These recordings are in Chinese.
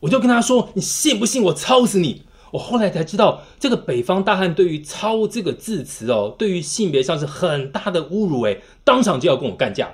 我就跟他说：“你信不信我操死你？”我后来才知道，这个北方大汉对于“操”这个字词哦，对于性别上是很大的侮辱，哎，当场就要跟我干架。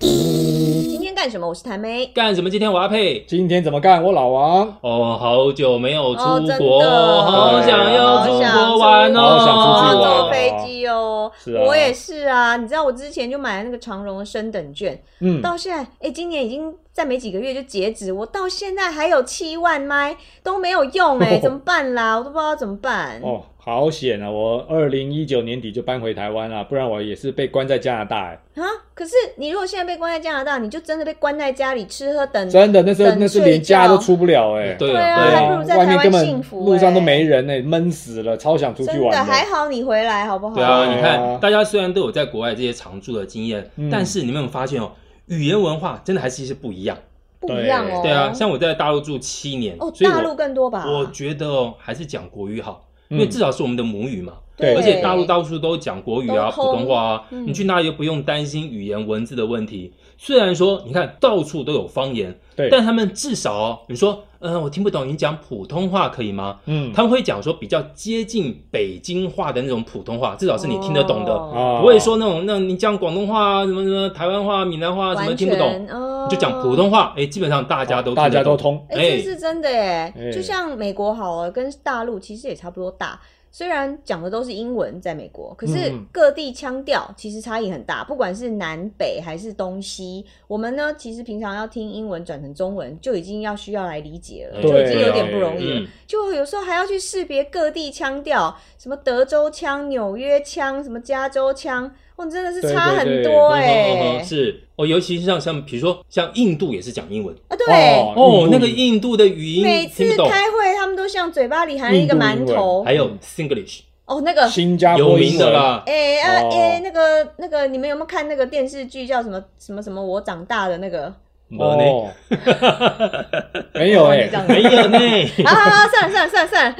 今天干什么？我是谭梅。干什么？今天我要配今天怎么干？我老王，哦，好久没有出哦真国，的好想要出国玩哦，好想出去玩我要哦坐飞机哦，是啊我也是啊。你知道我之前就买了那个长荣的升等券，嗯，到现在，哎、今年已经再没几个月就截止，我到现在还有七万麦都没有用、 哎，怎么办啦？我都不知道怎么办。哦，好险啊！我二零一九年底就搬回台湾了，不然我也是被关在加拿大、欸。啊！可是你如果现在被关在加拿大，你就真的被关在家里吃喝等。真的，那时候嗯等那是睡连家觉都出不了哎、欸。对对啊对还不如在外台面湾根幸本福路上都欸没人哎、闷死了，超想出去真的玩嗯还好你回来好不好？对啊，对啊你看，大家虽然都有在国外这些常住的经验，嗯但是你们有没有发现哦，语言文化真的还是是不一样。不一样哦。对啊，像我在大陆住七年，哦，所以大陆我更多吧？我觉得哦，还是讲国语好，因嗯为至少是我们的母语嘛。对而且大陆到处都讲国语啊、都普通通话啊，嗯你去那里又不用担心语言文字的问题。虽然说你看到处都有方言，对但他们至少哦你说，嗯、我听不懂，你讲普通话可以吗？嗯，他们会讲说比较接近北京话的那种普通话，至少是你听得懂的。哦啊不会说那种，那你讲广东话啊，什么什么台湾话啊、闽南话啊，什么完听全不懂，哦你就讲普。通话。哎，基本上大家都大听家得都懂。通，哎、哎这是真的哎、哎就像美国好了，跟大陆其实也差不多大。虽然讲的都是英文，在美国，可是嗯各地腔调其实差异很大，不管是南北还是东西，我们呢其实平常要听英文转成中文，就已经要需要来理解了，哎就已经对啊有点不容易了。嗯，就有时候还要去识别各地腔调，什么德州腔、纽约腔、什么加州腔，哦，真的是差很对对对多嗯哼嗯哎、哼是哦，尤其是像像比如说像印度也是讲英文啊，对，哦，那个印度的语音每听次不懂，开会他们都像嘴巴里含了一个馒印度英头文，还有 Singlish 哦，那个，新加坡有名的英文，啦，哎、啊，哎、哦那个那个，你们有没有看那个电视剧叫什么什么什么？我长大的那个，没呢，哦，没 有哎、你这样子没有呢。啊，好好算了算了算了算了，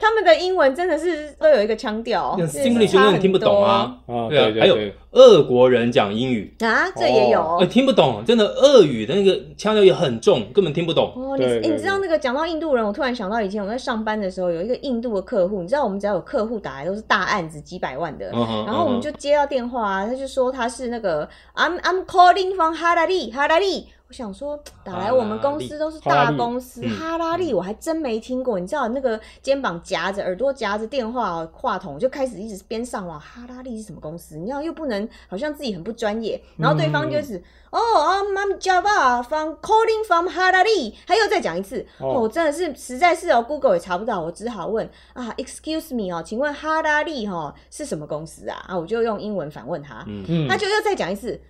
他们的英文真的是都有一个腔调那真的 Singlish 是差那很你听不懂啊，啊，对啊对对还有对，俄国人讲英语，多啊，这也有。哦呃，听不懂，真的俄语的那个腔调也很重，根本听不懂。哦，你对哎对你知道那个讲到印度人，我突然想到以前我在上班的时候，有一个印度的客户，你知道我们只要有客户打来都是大案子，几百万的，嗯哼然后我们就接到电话啊，他就说他是那个 I'm I'm calling from 哈拉利哈拉利。我想说，打来我们公司都是大公司，哈拉利嗯哈拉利我还真没听过。你知道那个肩膀夹着，耳朵夹着电话话筒，就开始一直边上网。哈拉利是什么公司？你知道又不能，好像自己很不专业。然后对嗯方就是、哦，I'm I'm Java from calling from 哈拉利，还有再讲一次。哦哦，我真的是实在是哦，Google 也查不到，我只好问啊，Excuse me 哦，请问哈拉利哈、哦、是什么公司啊？啊，我就用英文反问他，嗯，嗯他就又再讲一次。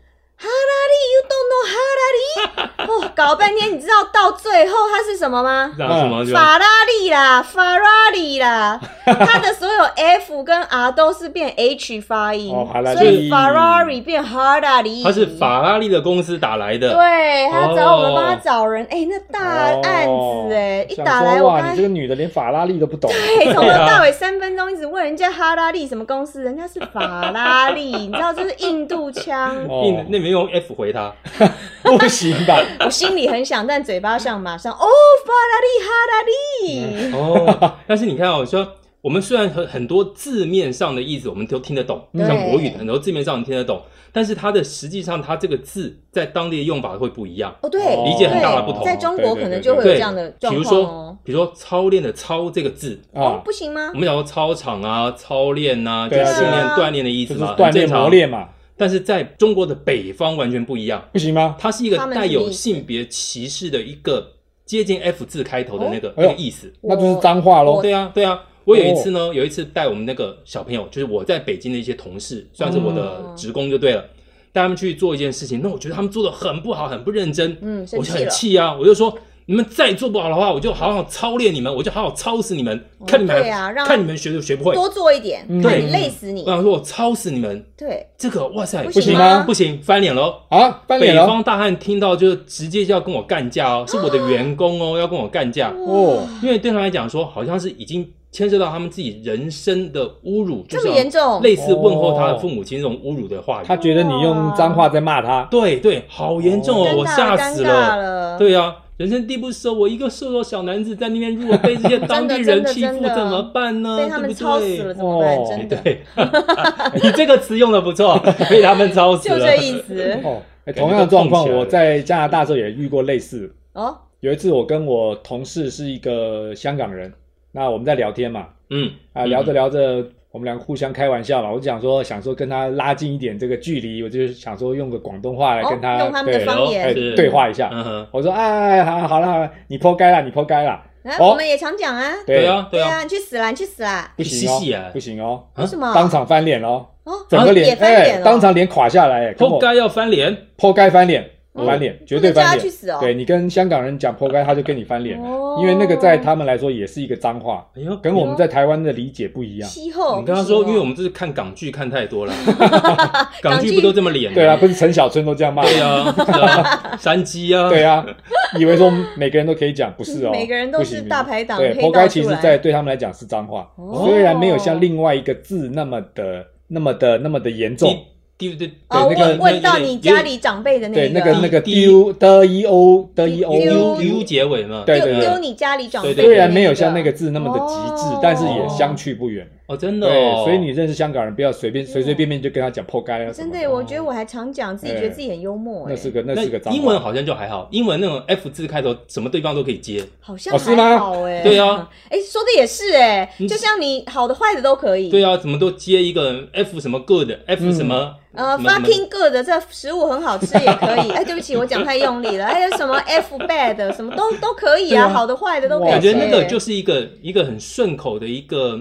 哈拉利，You don't know 哈拉利哦，搞半天，你知道到最后它是什么吗？那什么就法拉利啦，法拉 利啦，它的所有 F 跟 R 都是变 H 发音，哦哈拉利所以 Ferrari 变哈拉利，他是法拉利的公司打来的，对他找我们哦帮他找人，哎、那大案子哎、哦一想打说来我哇，刚你才这个。女的连法拉利都不懂，对，从头到尾三分钟一直问人家哈拉利什么公司，人家是法拉 利，你知道这是印度腔。哦印那没用 F 回他， 不行吧？我心里很想，但嘴巴上马上哦，法拉利哈拉利。哦， 但是你看哦，说我们虽然很很多字面上的意思我们都听得懂，对像国语很多字面上你听得懂，但是它的实际上它这个字在当地的用法会不一样。哦，对，哦理解很大的对不同在中国可能就会有对这样的比状如况说哦。，比如说操练的操这个字，哦啊，，不行吗我？们讲说操场啊、操练呐、就对啊是训练对啊锻炼的意就思是嘛，锻很正炼常磨。练嘛，但是在中国的北方完全不一样，不行吗？它是一个他们是带有历史性别歧视的一个接近 F 字开头的那个、哎那呦个意思。那就是脏话我喽。对啊，对啊。我有一次呢，哦有一次带我们那个小朋友，就是我在北京的一些同事，算是我哦的职工就对了，带他们去做一件事情。那我觉得他们做的很不好，很不认真，嗯生我气就了很气啊！我就说，你们再做不好的话，我就好好操练你们，我就好好操死你们，看你们对啊让看你们学都学不会。多做一点，嗯看你对累死你我。想说，我操死你们！对，这个哇塞，不行行吗吗不？行，翻脸喽！啊，翻北脸了方大汉听到就直接就要跟我干架哦，是我的员工哦，要跟我干架。哦，因为对他来讲说，好像是已经牵涉到他们自己人生的侮辱，就这像么严重？类似问候他的父母亲这种侮辱的话语。哦他觉得你用脏话在骂他，对对，好严重哦，尴我尬吓尴死尬了。对啊，人生地不熟，我一个瘦弱小男子在那边，如果被这些当地人真的欺负， 真的怎么办呢？被他啊对们不操对死 了怎么办？哦真的，对， 你这个词用的不错，被他们操死就了。这意思。哦，哎感觉同样的状况都痛起来了我在加拿大时候也遇过类似。哦，有一次我跟我同事是一个香港人，那我们在聊天嘛，嗯啊，聊着聊着，我们两个互相开玩笑嘛，我就想说想说跟他拉近一点这个距离，我就想说用个广东话来跟哦用他们的对方言哎是对话一下。嗯哼，我说哎，好好了好了，你剖该了，你剖该了。啊，哦我们也常讲啊。对，啊对对啊，啊，你去死啦，你去死啦！不行你细细哦啊，不行哦，啊为什么？当场翻脸哦，嗯哦，整个也脸翻哎脸，了，当场脸垮下来，哎啊跟活我该要翻脸，剖该翻脸，嗯翻脸绝不对能叫翻他去脸。死哦。对你跟香港人讲剖该，他就跟你翻脸，哦，嗯因为那个在他们来说也是一个脏话，哎呦。跟我们在台湾的理解不一样。气候不行哦。你跟他说，因为我们这是看港剧看太多了，港剧不都这么脸？对啊，，不是陈小春都这样骂吗。对啊，是啊山鸡啊，对啊，以为说每个人都可以讲，不是哦，每个人都不是行大排档对，黑道活该其出实来在对他们来讲是脏话，哦虽然没有像另外一个字那么的、那么的、那么的严重，丢丢哦，对那个问问到那有点你家里长辈的对，那那个个那个滴丢的一欧的一丢欧，丢丢结尾嘛，对丢对丢你家里长辈对的对个，虽然没有像那个字那么的极致哦，但是也相去不远。哦，真的对哦，，所以你认识香港人，不要随便随随便便就跟他讲破盖啊什真么的的，耶，我觉得我还常讲自己对觉得自己很幽默，那哎，是个那那是个脏英文话。好像就还好，英文那种 F 字开头，什么地方都可以接。好像哦是吗还好哎，对啊，哎，说的也是哎，嗯就像你好的坏的都可以，对啊，怎么都接一个 F 什么 good，F 什么呃什么什么，fucking good，这食物很好吃也可 以。哎，对不起，我讲太用力了。还有什么 f bad，什么都都可以啊，对啊好的坏的都可以。哇感觉那个对就是一个一个很顺口的一个，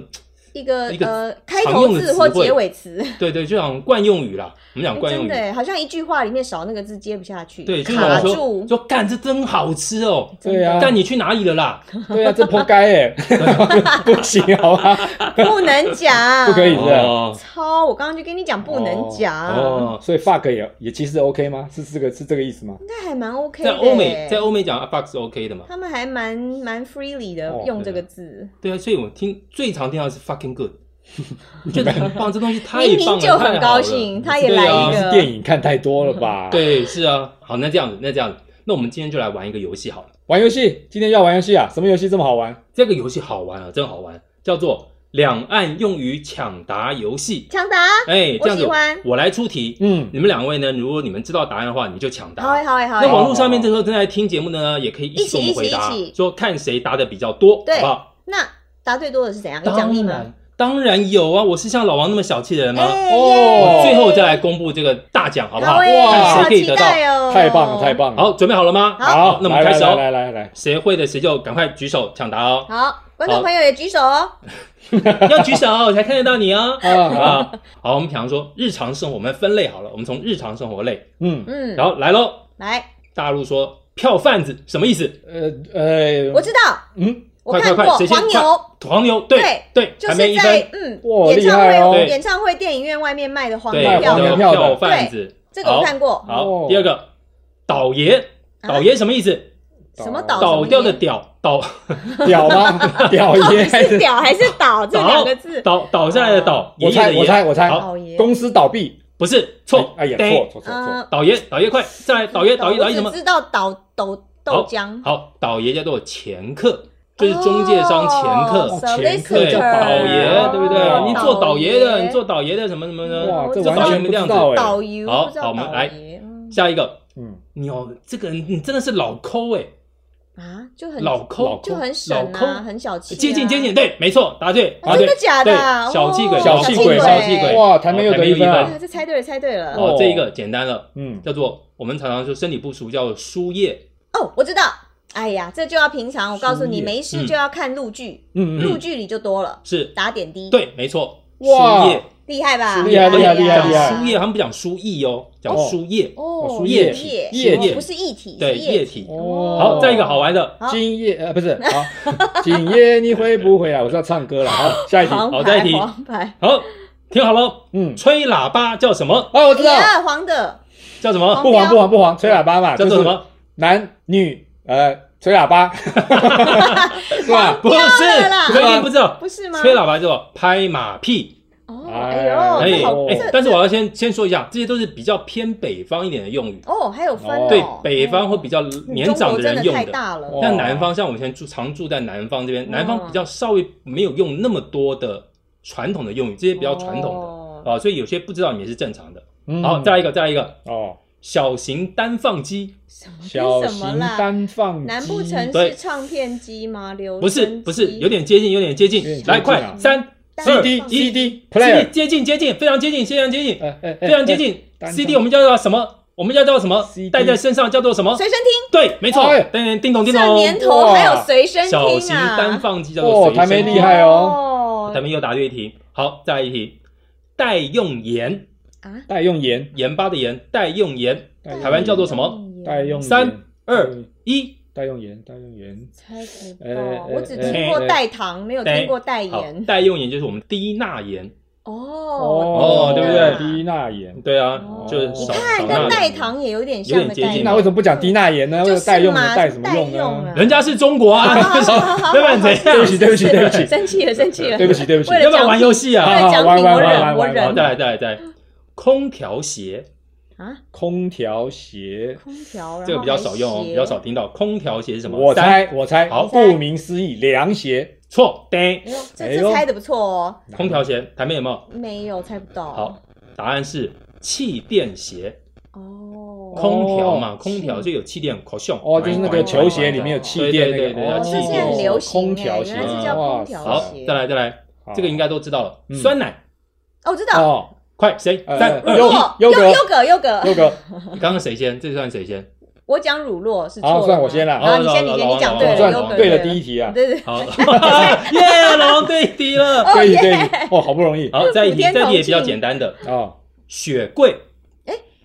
一个一个呃开常用头的字词汇或结尾词，对对，就像惯用语啦，我们讲哎惯用 真语的，耶好像一句话里面少那个字接不下去，对，就是卡我住说。说干这真好吃哦，对啊，干你去哪里了啦？对啊，这破盖哎， 不行好吧， 不能讲，不可以对哦超，我刚刚就跟你讲不能讲，哦，所以 fuck 也也其实 OK 吗？是这个是这个意思吗？那还蛮 OK 的哦在耶。欧美在欧美讲 fuck 是 OK 的嘛？他们还蛮蛮 freely 的哦用这个字，对啊，所以我听最常听到的是 fucking good，我觉得很棒，这东西太明棒明了，就太很好高了兴，他也对来啊一是个电影看太多了吧？，对，是啊，好，那这样子，那这样子，那我们今天就来玩一个游戏好了。玩游戏，今天要玩游戏啊？什么游戏这么好玩？这个游戏好玩啊，真好玩，叫做两岸用语抢答游戏。抢答，哎，这我样喜子，欢。我来出题，嗯，你们两位呢，如果你们知道答案的话，你就抢好诶答。好诶好那欸诶，网络上面这时候正在听节目的呢，也可以一起跟我们回答哎一起一起一，起说看谁答的比较多，对好不好？那答对多的是怎样？有奖当励吗？然，当然有啊！我是像老王那么小气的人吗？哦我耶最后再来公布这个大奖，好不好？好耶看好谁可以期得到？待哦！太棒了，太！棒了！好，准备好了吗？好，那我们来开始来哦来来来来，谁会的谁就赶快举手抢答哦，好，观众朋友也举手哦。 要举手我才看得到你哦。啊，啊，好，我们平常说日常生活，我们分类好了，我们从日常生活类，嗯，嗯，然后来喽，来，大陆说票贩子什么意思？呃呃，我知道，嗯，我快看快过快谁先黄牛，黄牛，对对，就还没是一在分，嗯哇演唱厉害哦会、对演唱会、电影院外面卖的黄对，牛黄牛票，票的票贩子，这个我看过。好哦，第二个倒爷，啊倒爷什么意思？什么倒倒倒什么掉的爷屌，倒屌吗？ 屌到底爷还是是？屌还是 倒这两个字？倒倒下来的倒，啊爷我爷猜的，我猜，爷，我猜，好倒爷，公司倒闭，不是错，哎呀，对错，错错错，嗯，倒爷，倒爷快，再来倒爷，倒爷，我倒爷什只么？知道倒豆好豆浆，好，倒爷叫做掮客，就是中介商掮客。哦掮客对，叫 solicitor 倒爷哦，对不对？你做倒爷的，爷你做倒爷的什么什么的。哇，这就完全不知道哎，导游，好不知好道我们导来爷嗯下一个，嗯，你哦，这个人你真的是老抠哎，啊，就很老老抠，就很老省抠啊，很小气啊，接近接近，对，没错，答对，啊答对真的，假的啊？对小气鬼哦小气气鬼小气鬼哇，台妹又得一分哦台妹又一啊分，啊，这猜对了，猜对了。哦哦，这一个简单了，嗯，叫做我们常常说身体不舒叫做输液，哦，我知道。哎呀，这就要平常，我告诉输你，液没事嗯就要看陆剧，嗯陆嗯，剧里就多了，是打点滴，，对，没错，输哇液，厉害吧？厉害哎呀厉害厉害但厉害输液他们不讲输液哦，讲哦输液，哦，输液体液液体不是液体，对，是液液体。体。哦好，再一个好玩的，好今夜呃不是好，今夜你会不会啊？ 我是要唱歌了，好，下一题，黄好再一牌，题黄牌，好，听好了，嗯，吹喇叭叫什么？哦，我知道，哎呀，黄的，叫什么？哦不黄不黄不黄，吹喇叭嘛，叫就是做什么？男女呃吹喇叭，是吧？不了啦是，我一定不知道，不是吗？吹喇叭叫做拍马屁。哦，哎哎呦，哎这好哦哎这，但是我要先先说一下，这些都是比较偏北方一点的用语，哦，还有分哦哦嗯对北方或比较年中长国的真人的哦用太的。大了，哇像南方，像我们以前住常住在南方这边，南方嗯比较稍微没有用那么多的传统的用语，这些比较传统的哦啊，所以有些不知道也是正常的。嗯好，再来一个，再来一个，哦，小型单放机什么小跟什么型啦？单放机，难不成对是唱片机吗？流不是声不是，机有点接近，有点接有点接近，近来啊快三单二放 CD 机 CD 接 player，接近接近，非常接近，非常接近，呃呃非常接，近单。放 CD 我们叫做什么？我们叫做什么 CD？带在身上叫做什么？随身听，对，没错哎。叮叮咚叮这咚，年头还有随身听啊，哦小型单放机叫做哦，随台媒身厉听。害哦，哦咱们又答对一题，好，再来一题。代用盐，啊，代呃用盐，盐巴的盐，代用盐，代台湾叫做什么？代用盐三二嗯一，代用盐，代用盐，猜不哎哎到，我只哎听哎过哎代糖，没有听过代好，言。代用盐就是我们低钠盐，哦哦对不对低钠盐，对啊哦，就是你少看少跟钠代盐。糖也有点像的有点接代近那啊为什么不讲低钠盐呢？为了代用就是嘛的代什么用代用啊呢？人家是中国 啊， 好好好好对吧？怎对样不？起，对不 起，对不起，生气了，生气了，对不起，对不起为，了要不要玩游戏为啊？了好好奖玩品，玩我玩忍，玩我玩好，忍再来，再来，再来。空调鞋啊！空调鞋，空调，这个比较少用哦，然后还比较少听到。空调鞋是什么？我三猜，我猜，好顾名思义，凉鞋，错，对。鞋。哎呦，这哎呦这猜的不错哦，空调鞋，台面有没有？没有猜不到。好，答案是气垫鞋，哦，空调嘛，哦空调就有气垫，口胸哎哦，就是那个球鞋里面有气垫那对对个，对对哦对这现在很流行哎空调鞋，原来是叫哇空调塞好鞋，再来再来，这个应该都知道了。哦嗯酸奶，哦，我知道，哦，快谁？呃三呃二优一，哦优格优格，优格，六个，刚刚谁先？这算谁先？我讲乳酪是错好，的，算我先啦，好好，你先，你先，你讲对我了，哦算优格对了了第一题啊，对对， 好， 耶，老王对题了。对对对，哦，好不容易，好，再一普题，天再一同题也比较庆简单的，哦，雪柜，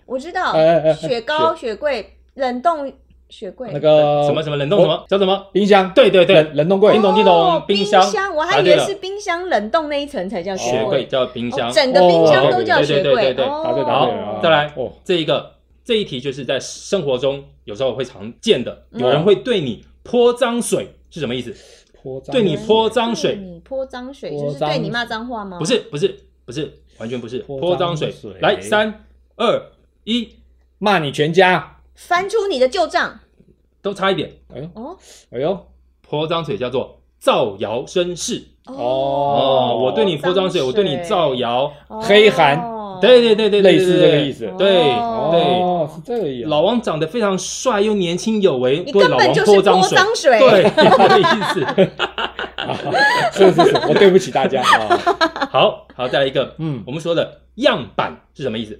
我知道哎哎哎，哎雪糕、雪柜、冷冻雪柜，那个什么什么冷冻什么叫什么？冰箱，对对对，冷冷冻柜冰，哦咚叮咚冰冰箱我还以答对为了是冰箱冷冻那一层才叫雪雪柜柜，叫冰箱哦。整个冰箱哦都叫雪对对对柜，对对哦答对答对了，好啊再来哦，这一个这一题就是在生活中有时候会常见的，嗯有人会对你泼脏水是什么意思？泼脏对你泼脏对水，你泼脏水泼就是脏对你骂脏话吗？不，是不是不是，完全不是泼泼脏脏水水。来，三二一，骂你全家，翻出你的旧账都差一点。哎呦哦哎呦，泼脏水叫做造谣生事哦哦，我对你泼脏水，我对你造，谣，黑函哦对对对对，对类似这个对对意。思，对哦哦，是这个意思，老王长得非常帅又年轻有为，你对根老本王就是脏泼水，脏水，对， 这个意是是是，我对不起大 家啊，思。好好，再来一个，嗯，我们说的样板是什么意思？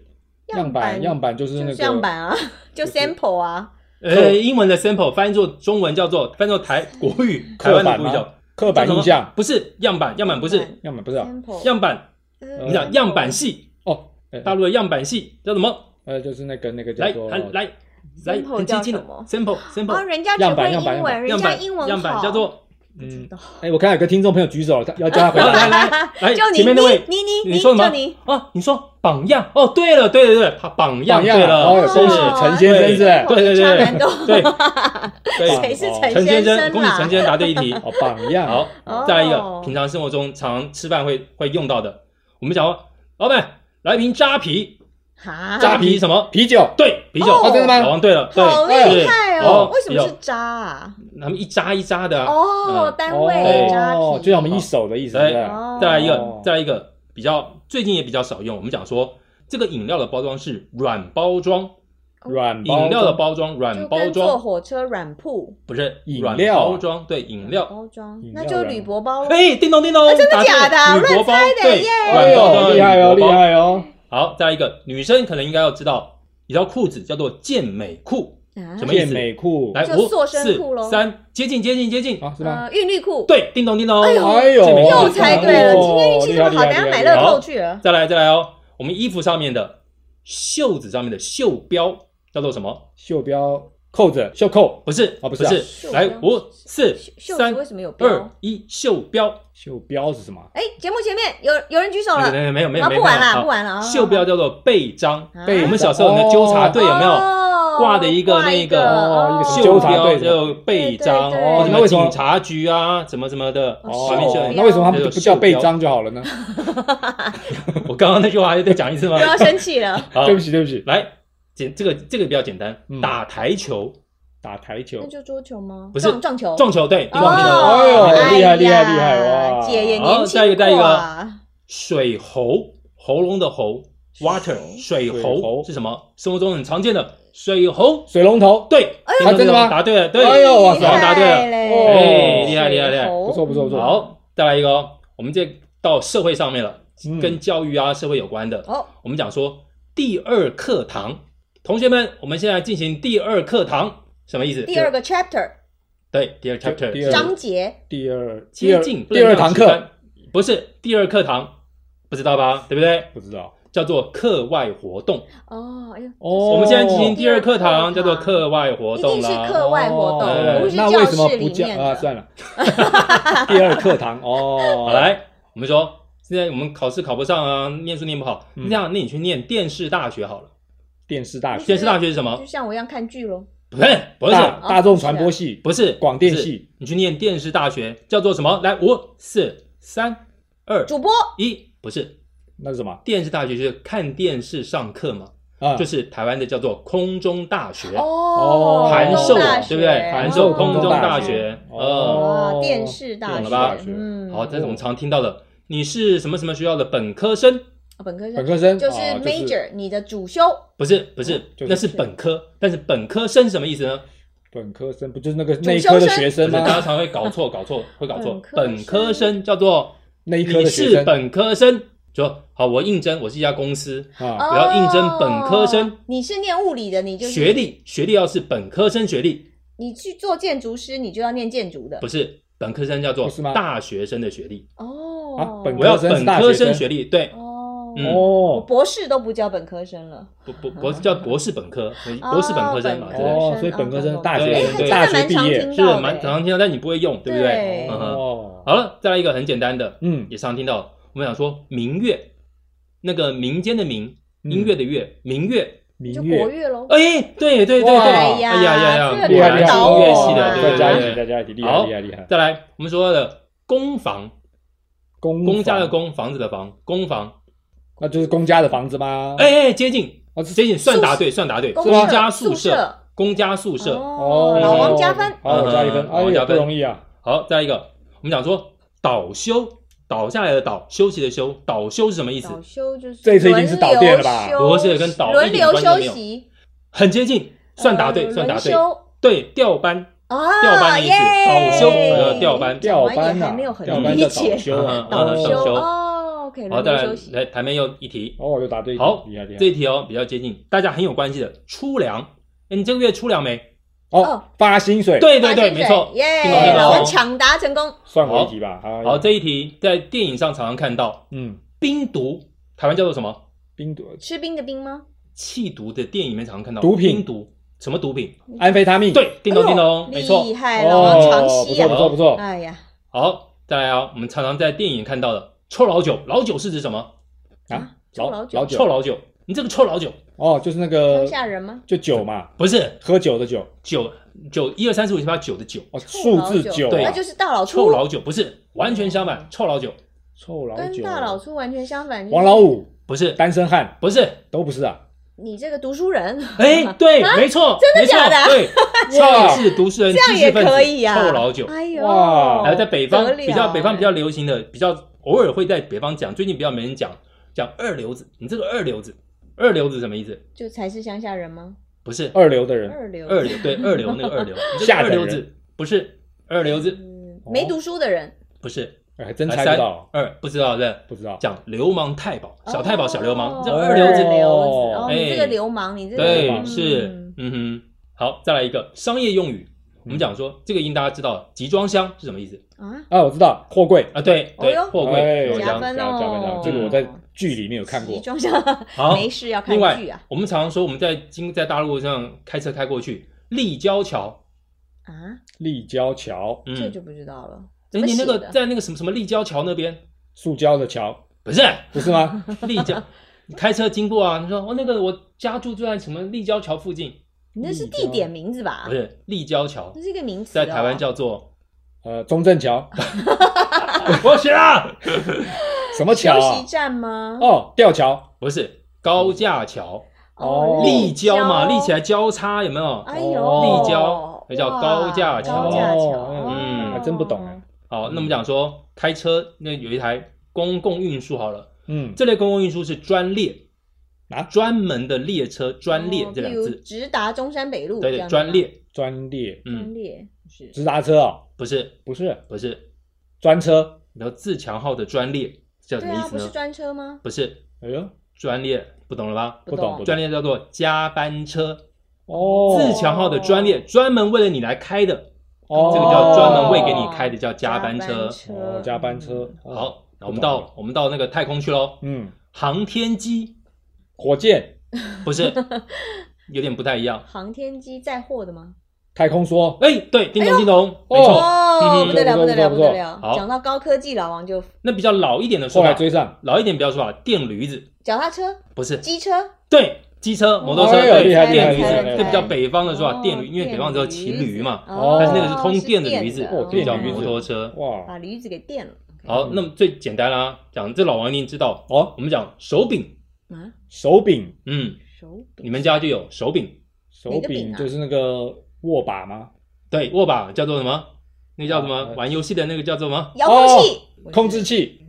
样板样板就是就那是个样板 啊，就就是 sample 啊，呃，英文的 sample 翻译做中文叫做翻译做台国语台刻湾的板国语吗叫刻板叫什么印象，不是样板，样板不是样板不是啊， sample，样板，呃你讲样板戏，哦，呃大陆的样板戏叫什么？呃，就是那个那个叫来，做来来，来， Sample 很接近的叫什 sample 么哦， sample 人家只样会板样板英文，人样家板英文样板好，叫做 嗯，哎，我看到有个听众朋友举手，他要叫他回来答。来来来，就你前面那位你你你你说什么就你啊，你说榜样哦，对了对对对，他榜样榜样对啊了，哦恭喜陈先生是哦对对对差蛮多对对，谁是陈陈先生啦？啊生，恭喜陈先生答对一 题。哦，榜样，好哦，再来一个，平常生活中常吃饭会会用到的，我们讲哦，老板来一瓶扎啤，哈扎啤什么？啤酒，对，啤酒。啊哦真的吗老王对了，对，好厉害哦！为什啤么酒是渣啊？他们一扎一扎的啊。哦，嗯单位渣哦，皮，就像我们一手的意思，对对哦再来一个哦，再来一个，比较最近也比较少用。我们讲说，这个饮料的包装是软包装，软包饮料的包装软就包跟坐装火车软铺不是饮软料啊包装，对饮软料。包装饮，料那就铝箔包咯。哎，叮咚叮咚，哎真的答对了假的啊铝箔乱包猜的对耶哎软包装呦，的厉害哦，铝厉箔包害哦，好，再来一个，女生可能应该要知道，一条裤子叫做健美裤，啊什么意健思美裤来就五塑身四裤咯三，接近接近接近，啊，是吗？呃，韵律裤，对，叮咚叮咚，哎呦哎呦，健美裤又猜对了。哦今天运气这么好，等一下买乐透去啊了。再来再来哦，我们衣服上面的袖子上面的袖标叫做什么？袖标扣子，袖扣，不是哦不不是啊是，袖标来五四袖袖子三为什么有标二？一，袖标，袖标是什么？哎，节目前面有有人举手没有了，没有没有没有啊，没有，不玩了，好不玩了啊！袖标叫做背章，啊背我们小时候你的纠察队有没有？哦挂的一个挂那一个哦一个袖纠察 标队还有背章，对对对哦，什那么为什么警察局啊，什么什么的，哦华明社那为什么他们有不叫袖背标章就好了呢？我刚刚那句话还再讲一次吗又？要生 气了，好对，不起，对不起，来，简这个这个比较简单嗯，打台球、打台球那，就桌球吗？不是撞撞球，撞球，对，哦，撞球。哎呦厉害哎呀厉害厉害哇姐也好年轻下一个再一个过啊水猴，喉咙的喉，water，水水猴猴是什么？生活中很常见的水猴，水龙头，对，呦啊真的吗答对了，哎对，呦哇塞答对了嘞哎，厉害厉害厉害，哦不错不错不错好，再来一个哦，我们这到社会上面了嗯，跟教育啊、社会有关的，哦，我们讲说第二课堂，同学们，我们现在进行第二课堂，什么意思？第二个 chapter 对，第二第 chapter，二章节，第二第接二近第二堂课，，不是第二课堂，不知道吧？对不对？不知道叫做课外活动。哦，哎呦，哦。我们现在进行第二课第二课堂堂，叫做课外活一定动是啦。课外活动，哦不是那为教什么室不里叫面啊？的。算了，第二课堂哦，好，来，我们说，现在我们考试考不上啊，念书念不好，嗯那样那你去念电视大学好了。电视大学电视大学是什么就？像我一样看剧喽，不是，不是，大大众传播哦系不是广电，不是系你去念电视大学叫做什么？来，五、四、三、二、主播一，不是啊那是什么电视大学就是看电视上课嘛，啊？就是是台湾的叫做空中大学。哦哦函空授中大，对不对？学函哦授空中大空中大学学，呃，哇哦，电视大懂学，了吧嗯，好，这是我们常听到的。你是什么什么学校的本科生？啊本科生本科生就是哦 major，你的主修不是，不是，就是那是本科。但是本科生是什么意思呢？本科生不就是那个主那一科的修生学不生是，大家吗？常会搞错，搞错，会搞错本科。生本科生叫做那一科你的学是生本科生，就说好，我应征，我是一家公司，啊，哦我要应征本科生。你是念物理的，你就是学历学历要是本科生学历，你去做建筑师，你就要念建筑的不是本科生叫做不是吗大学生的学历。哦、啊本我要科生是本大科学生生学历，对，哦、嗯哦博士都不叫本科生了，啊博博博叫博士本科，哦博士本科生嘛，本对啊不对？哦，所以本科生大学对对大哎这个学毕蛮常业听是到的蛮常听到，但你不会用，对不对对？嗯哼哦，好了，再来一个很简单的，嗯，也常听到。我们想说民乐，那个民间的民，嗯音乐的乐，民乐。民就乐国乐喽。哎，对对对对，哇哎哎呀呀呀呀，这果个然难是倒音乐我系啊的，对大家一对起，对对。大家一起，厉害好厉害厉害！再来，我们说的公房，公公家的房，公，房子的房，公房。那就是公家的房子吗？哎哎，接近哦，接近，算答对，算答对。公公社家宿宿舍舍，公家宿舍。哦，老王加分，好，我加一分，嗯哎王呀，加不分容易啊，好，再一个，我们讲说倒休，倒下来的倒，休息的休，倒休是什么意思？倒休就是这一次一定是倒电了吧轮流休不是跟倒轮一点流关系都休没有息，很接近，算答对，呃算答对，轮休对，调班，啊，调班的意思耶倒休呃调班调讲完班也呐还没有，很调班理叫倒解休嗯啊，嗯倒嗯哦倒休休哦，OK，好，轮再流来休息，来台面又一题，哦，又答对，好厉害厉害这一。题哦比较接近，大家很有关系的出粮，哎，你这个月出粮没？哦哦，发薪水，对对对，发薪水没错。听懂听耶，懂老王抢答成功，算我一题吧。哎好，，这一题在电影上常常看到，嗯，冰毒，台湾叫做什么？冰毒、吃冰的冰吗？气毒的电影里面常常看到，毒品冰毒什么毒品？安非他命，，对，叮咚哎呦叮咚，没错，厉害，哎老王长哦，不息错不啊，错不错，哎呀，好，再来啊，我们常常在电影看到的臭老九，老九是指什么？啊，臭老老老酒，臭酒，老九，你这个臭老九哦，就是那乡个下人吗？就酒嘛，不是喝酒的酒，九九一二三四五六七八九的九，哦，数字酒对那啊，就是大老嗯臭粗，老九不是，完全相反，臭老九臭老跟酒，啊大老粗完全相反。王老，五、不是嗯单身汉不是，都不是啊，你这个读书人，哎，对，没错，啊真的没错假的对，哇超是读书人，这样知识也分子可以啊，臭老九， 哎呦，哇还有在北哦得方了比较北方比较流行的，比较偶尔会在北方讲，最近比较没人讲讲二流子，你这个二流子，二流子什么意思？就才是乡下人吗？不是二流的人，二流，嗯二流，对二流那个二流，你这个吓二人流子不是二流子嗯没读书的人，不是。哎还真来猜不到，呃三二不知道对，不知道，讲流氓太保，小太保、小流哦氓，这个二流子二流子，哦，哎你这个流氓，你这个对，嗯是，嗯哼。好，再来一个商业用语，我们讲说这个音大家知道了，集装箱是什么意思啊，啊，我知道，货柜，啊？对哦对哟，货哎柜集有装加箱。分加分加哦分，，这个我在剧里面有看过集，装箱，好，没事要看另剧外啊我们常说我们在经在大陆上开车开过去，立交桥，啊，立交桥，这嗯，就不知道了。怎哎，么你那写个的在那个什么什么立交桥那边， 塑胶的桥，不是不是吗？立交，你开车经过啊，你说哦那个我家住就在什么立交桥附近，你那是立地交点名字吧不？是立交桥那，是一个名词、在哦，台湾叫做呃，中 正桥 我学啦，什么桥休啊息？站吗？哦，吊桥。不是高架桥，哦立交嘛，立起，来交叉有没有？哎呦，立交那叫哇高架桥高架桥，哦嗯还真不懂哎。好，那我们讲说开车，那有一台公共运输好了，嗯，这类公共运输是专列啊专门的列车专列哦这两比个如字，直达中山北路，对这对，样啊专吗，列，专列专嗯，列是直达车哦，不是不是不是，专车。然后自强号的专列叫什对么意啊，思不是呢？专车吗？不是哎呦，专列，不懂了吧？不懂不懂专列叫做加班车，哦，自强号的专列专门为了你来开的，哦，这个叫专门为给你开的叫加班车。哦加班车。嗯哦，好，那我们不懂到我们到那个太空去喽，嗯，航天机火箭、不是，有点不太一样。航天机载货的吗？太空梭，哎，对，叮咚叮咚，没哦错。哦，嗯不得了，不不错得了，不错不得了不！错讲到高科技，老王就那比较老一点的说后来法，追上。老一点比较说法，电驴子脚踏车、不是，机车，对，机车、摩托车，哎呦对厉害，电厉驴害厉子，害这比较北方的说哦法，电驴，因为北方只有骑驴嘛，哦但是那个是通电的是驴子，电的所以叫哦摩托车。哇，把驴子给电了。好，那么最简单啦，讲这老王一定知道，哦，我们讲手柄，啊，手柄，嗯，手柄你们家就有手柄，手哪个柄柄啊就是那个握把吗？对，握把叫做什么？那叫什么呃？玩游戏的那个叫做什么？遥控器，控制器，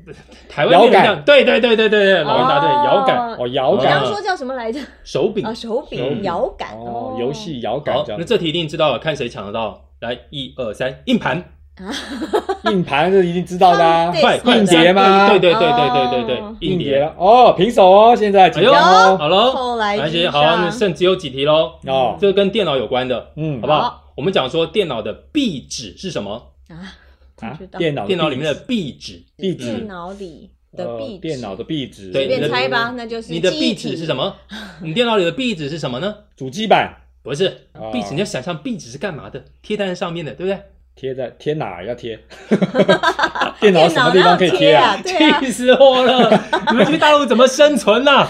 台湾那个摇杆叫对对对对对对，老王答对，哦摇杆、哦，摇你我刚杆刚，说叫什么来着？手柄啊，。手手柄、柄摇杆哦，游戏哦摇杆好这，那样。这题一定知道了，看谁抢得到。来，一二三，硬盘，硬盘是一定知道的啊对，快快硬碟吗对对对对对对哦对，硬碟了。哦，平手哦，现在紧张哎哦。好喽，后来而居且上好，啊那剩只有几题喽。哦，这个跟电脑有关的，嗯哎好不好好？我们讲说电脑的壁纸是什么？啊，啊不知，道电脑电脑里面的的壁纸，壁纸电脑里的呃壁纸，电脑的壁纸，对随便哦你的猜吧，那就是你的记忆壁体纸是什？么？你电脑里的壁纸是什么呢？主机板不是哦壁纸，你要想象壁纸是干嘛的？贴在上面的，对不对？贴在贴哪儿要 贴？电脑什么地方可以贴啊？电脑哪有贴啊对啊气死我了！你们去大陆怎么生存啊呐？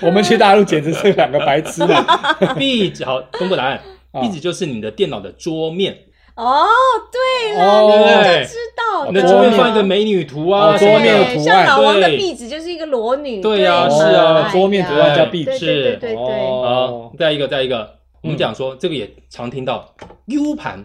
我们去大陆简直是两个白痴 嘛！啊壁纸好，公布答案。啊壁纸就是你的电脑的桌面，哦，对了，对不哦，对？知道你的的桌面放一个美女图啊，哦对桌面的图案像老王的对壁纸就是一个裸女，对呀嘛是啊哎呀哦桌面图案叫壁对纸对对对对，好哦，再一个，再一个，我们讲说这个也常听到 U 盘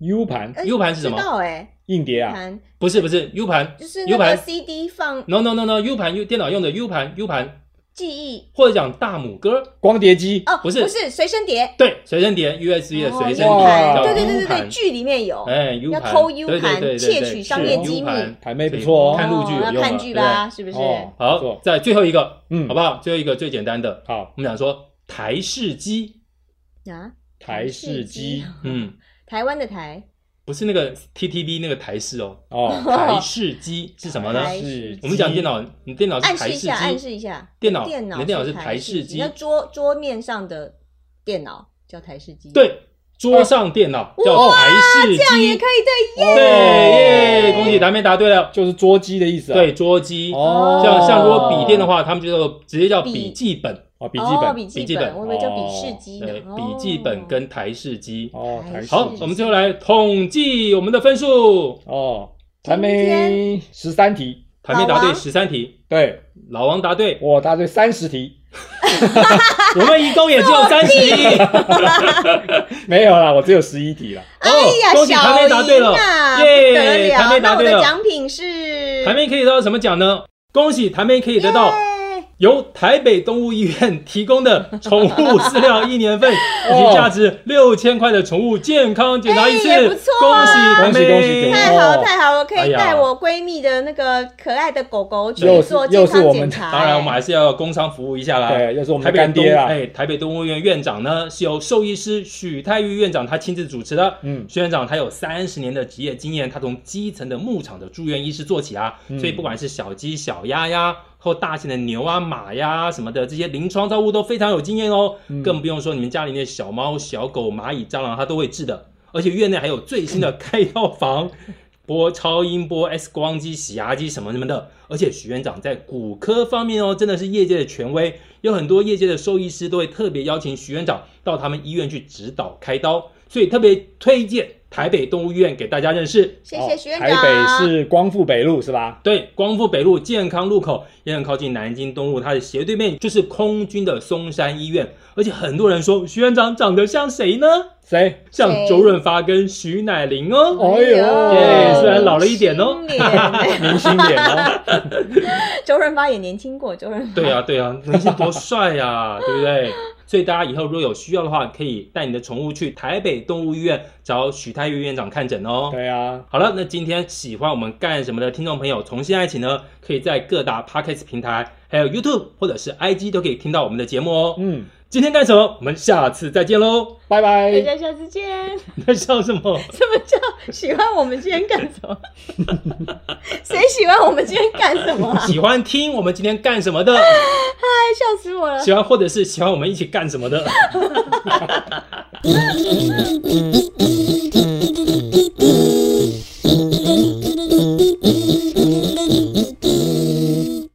U 盘哎，U 盘是知什么？道哎，硬碟啊，盘不是不是 U 盘就是那 U 个盘 CD 放，no no no no，U 盘 U 电脑用的 U 盘 U 盘，记忆或者讲大拇哥，光碟机，哦，不是不是随身碟，对，随身碟 USB 的哦随身碟 U 盘叫对对对 U 对对，盘，剧里面有，哎，U 要盘偷 U 对对盘对对窃对取是商业 U 机密盘台妹不错看哦。陆剧有哦用要啊看剧吧，是不是？哦，不好错，再最后一个，嗯，好不好？最后一个最简单的，好，我们讲说台式机，啊，台式机嗯，台湾的台不是那个 TTV 那个台式哦， 哦，台式机是什么呢？台式机我们讲电脑，你电脑是暗台示一式下，暗示机，一下，电脑电你脑的电脑是台台式机那桌桌面上的电脑叫台式机，，对，桌上电脑叫台式哦这样也机可，以对耶。对耶，恭喜答妹答对了，就是桌机的意思啊。对，桌机。哦，像像如果笔电的话，他们就叫直接叫笔笔记本，哦，笔记哦本笔记笔记本我以为叫笔试机呢对，。哦笔记本跟台式机。哦，台式好台式，我们最后来统计我们的分数，哦，台今妹天十三题，台妹答老对王十三题，对老王答对，我答对三十题，我们一共也只有三十 一。没有啦，我只有十一题啦。哎哦呀，恭喜小台妹答对了莹啊，不得耶！了台妹那答我对的了，奖品是台妹可以得到什么奖呢？恭喜台妹可以得到耶由台北动物医院提供的宠物饲料一年份以及价值六千块的宠物健康检查一次，哎也不错啊恭喜台妹恭喜恭喜太好哦了，太好了！可哎以呀带我闺蜜的那个可爱的狗狗去又是做又健是康我检们查。哎当然，我们还是要工商服务一下啦。对，又是我们台的北干爹啊动物啦。哎，啊台北动物医院院长呢是由兽医师许泰玉院长他亲自主持的。嗯，徐院长他有三十年的职业经验，他从基层的牧场的住院医师做起啊，嗯所以不管是小鸡、小鸭呀，或大型的牛啊、马呀什么的，这些临床照顾都非常有经验哦。嗯更不用说你们家里面的 小猫、小狗、蚂蚁、蟑螂，他都会治的。而且院内还有最新的开药房、播超音波、X 光机、洗牙机什么什么的。而且许院长在骨科方面哦，真的是业界的权威，有很多业界的兽医师都会特别邀请许院长到他们医院去指导开刀，所以特别推荐台北动物医院给大家认识。谢谢徐院长。哦台北市光复北路是吧？对，光复北路健康路口也很靠近南京东路，它的斜对面就是空军的松山医院。而且很多人说徐院长长得像谁呢？谁？像周润发跟徐乃麟哦。哎呦耶虽然老了一点哦明显明星脸哦， 周润发也年轻过，周润发。对啊，对啊，明星多帅呀、对不对？所以大家以后如果有需要的话，可以带你的宠物去台北动物医院找许太岳院长看诊哦。对啊，好了，那今天喜欢我们干什么的听众朋友，从现在起呢，可以在各大 podcast 平台，还有 YouTube 或者是 IG 都可以听到我们的节目哦。嗯，今天干什么？我们下次再见 喽！拜大拜。家下次见。你在笑什么？什么叫喜欢我们今天干什 么？谁喜欢我们今天干什么、啊？喜欢听我们今天干什么的？哎，笑死我了。喜欢或者是喜欢我们一起干什么的？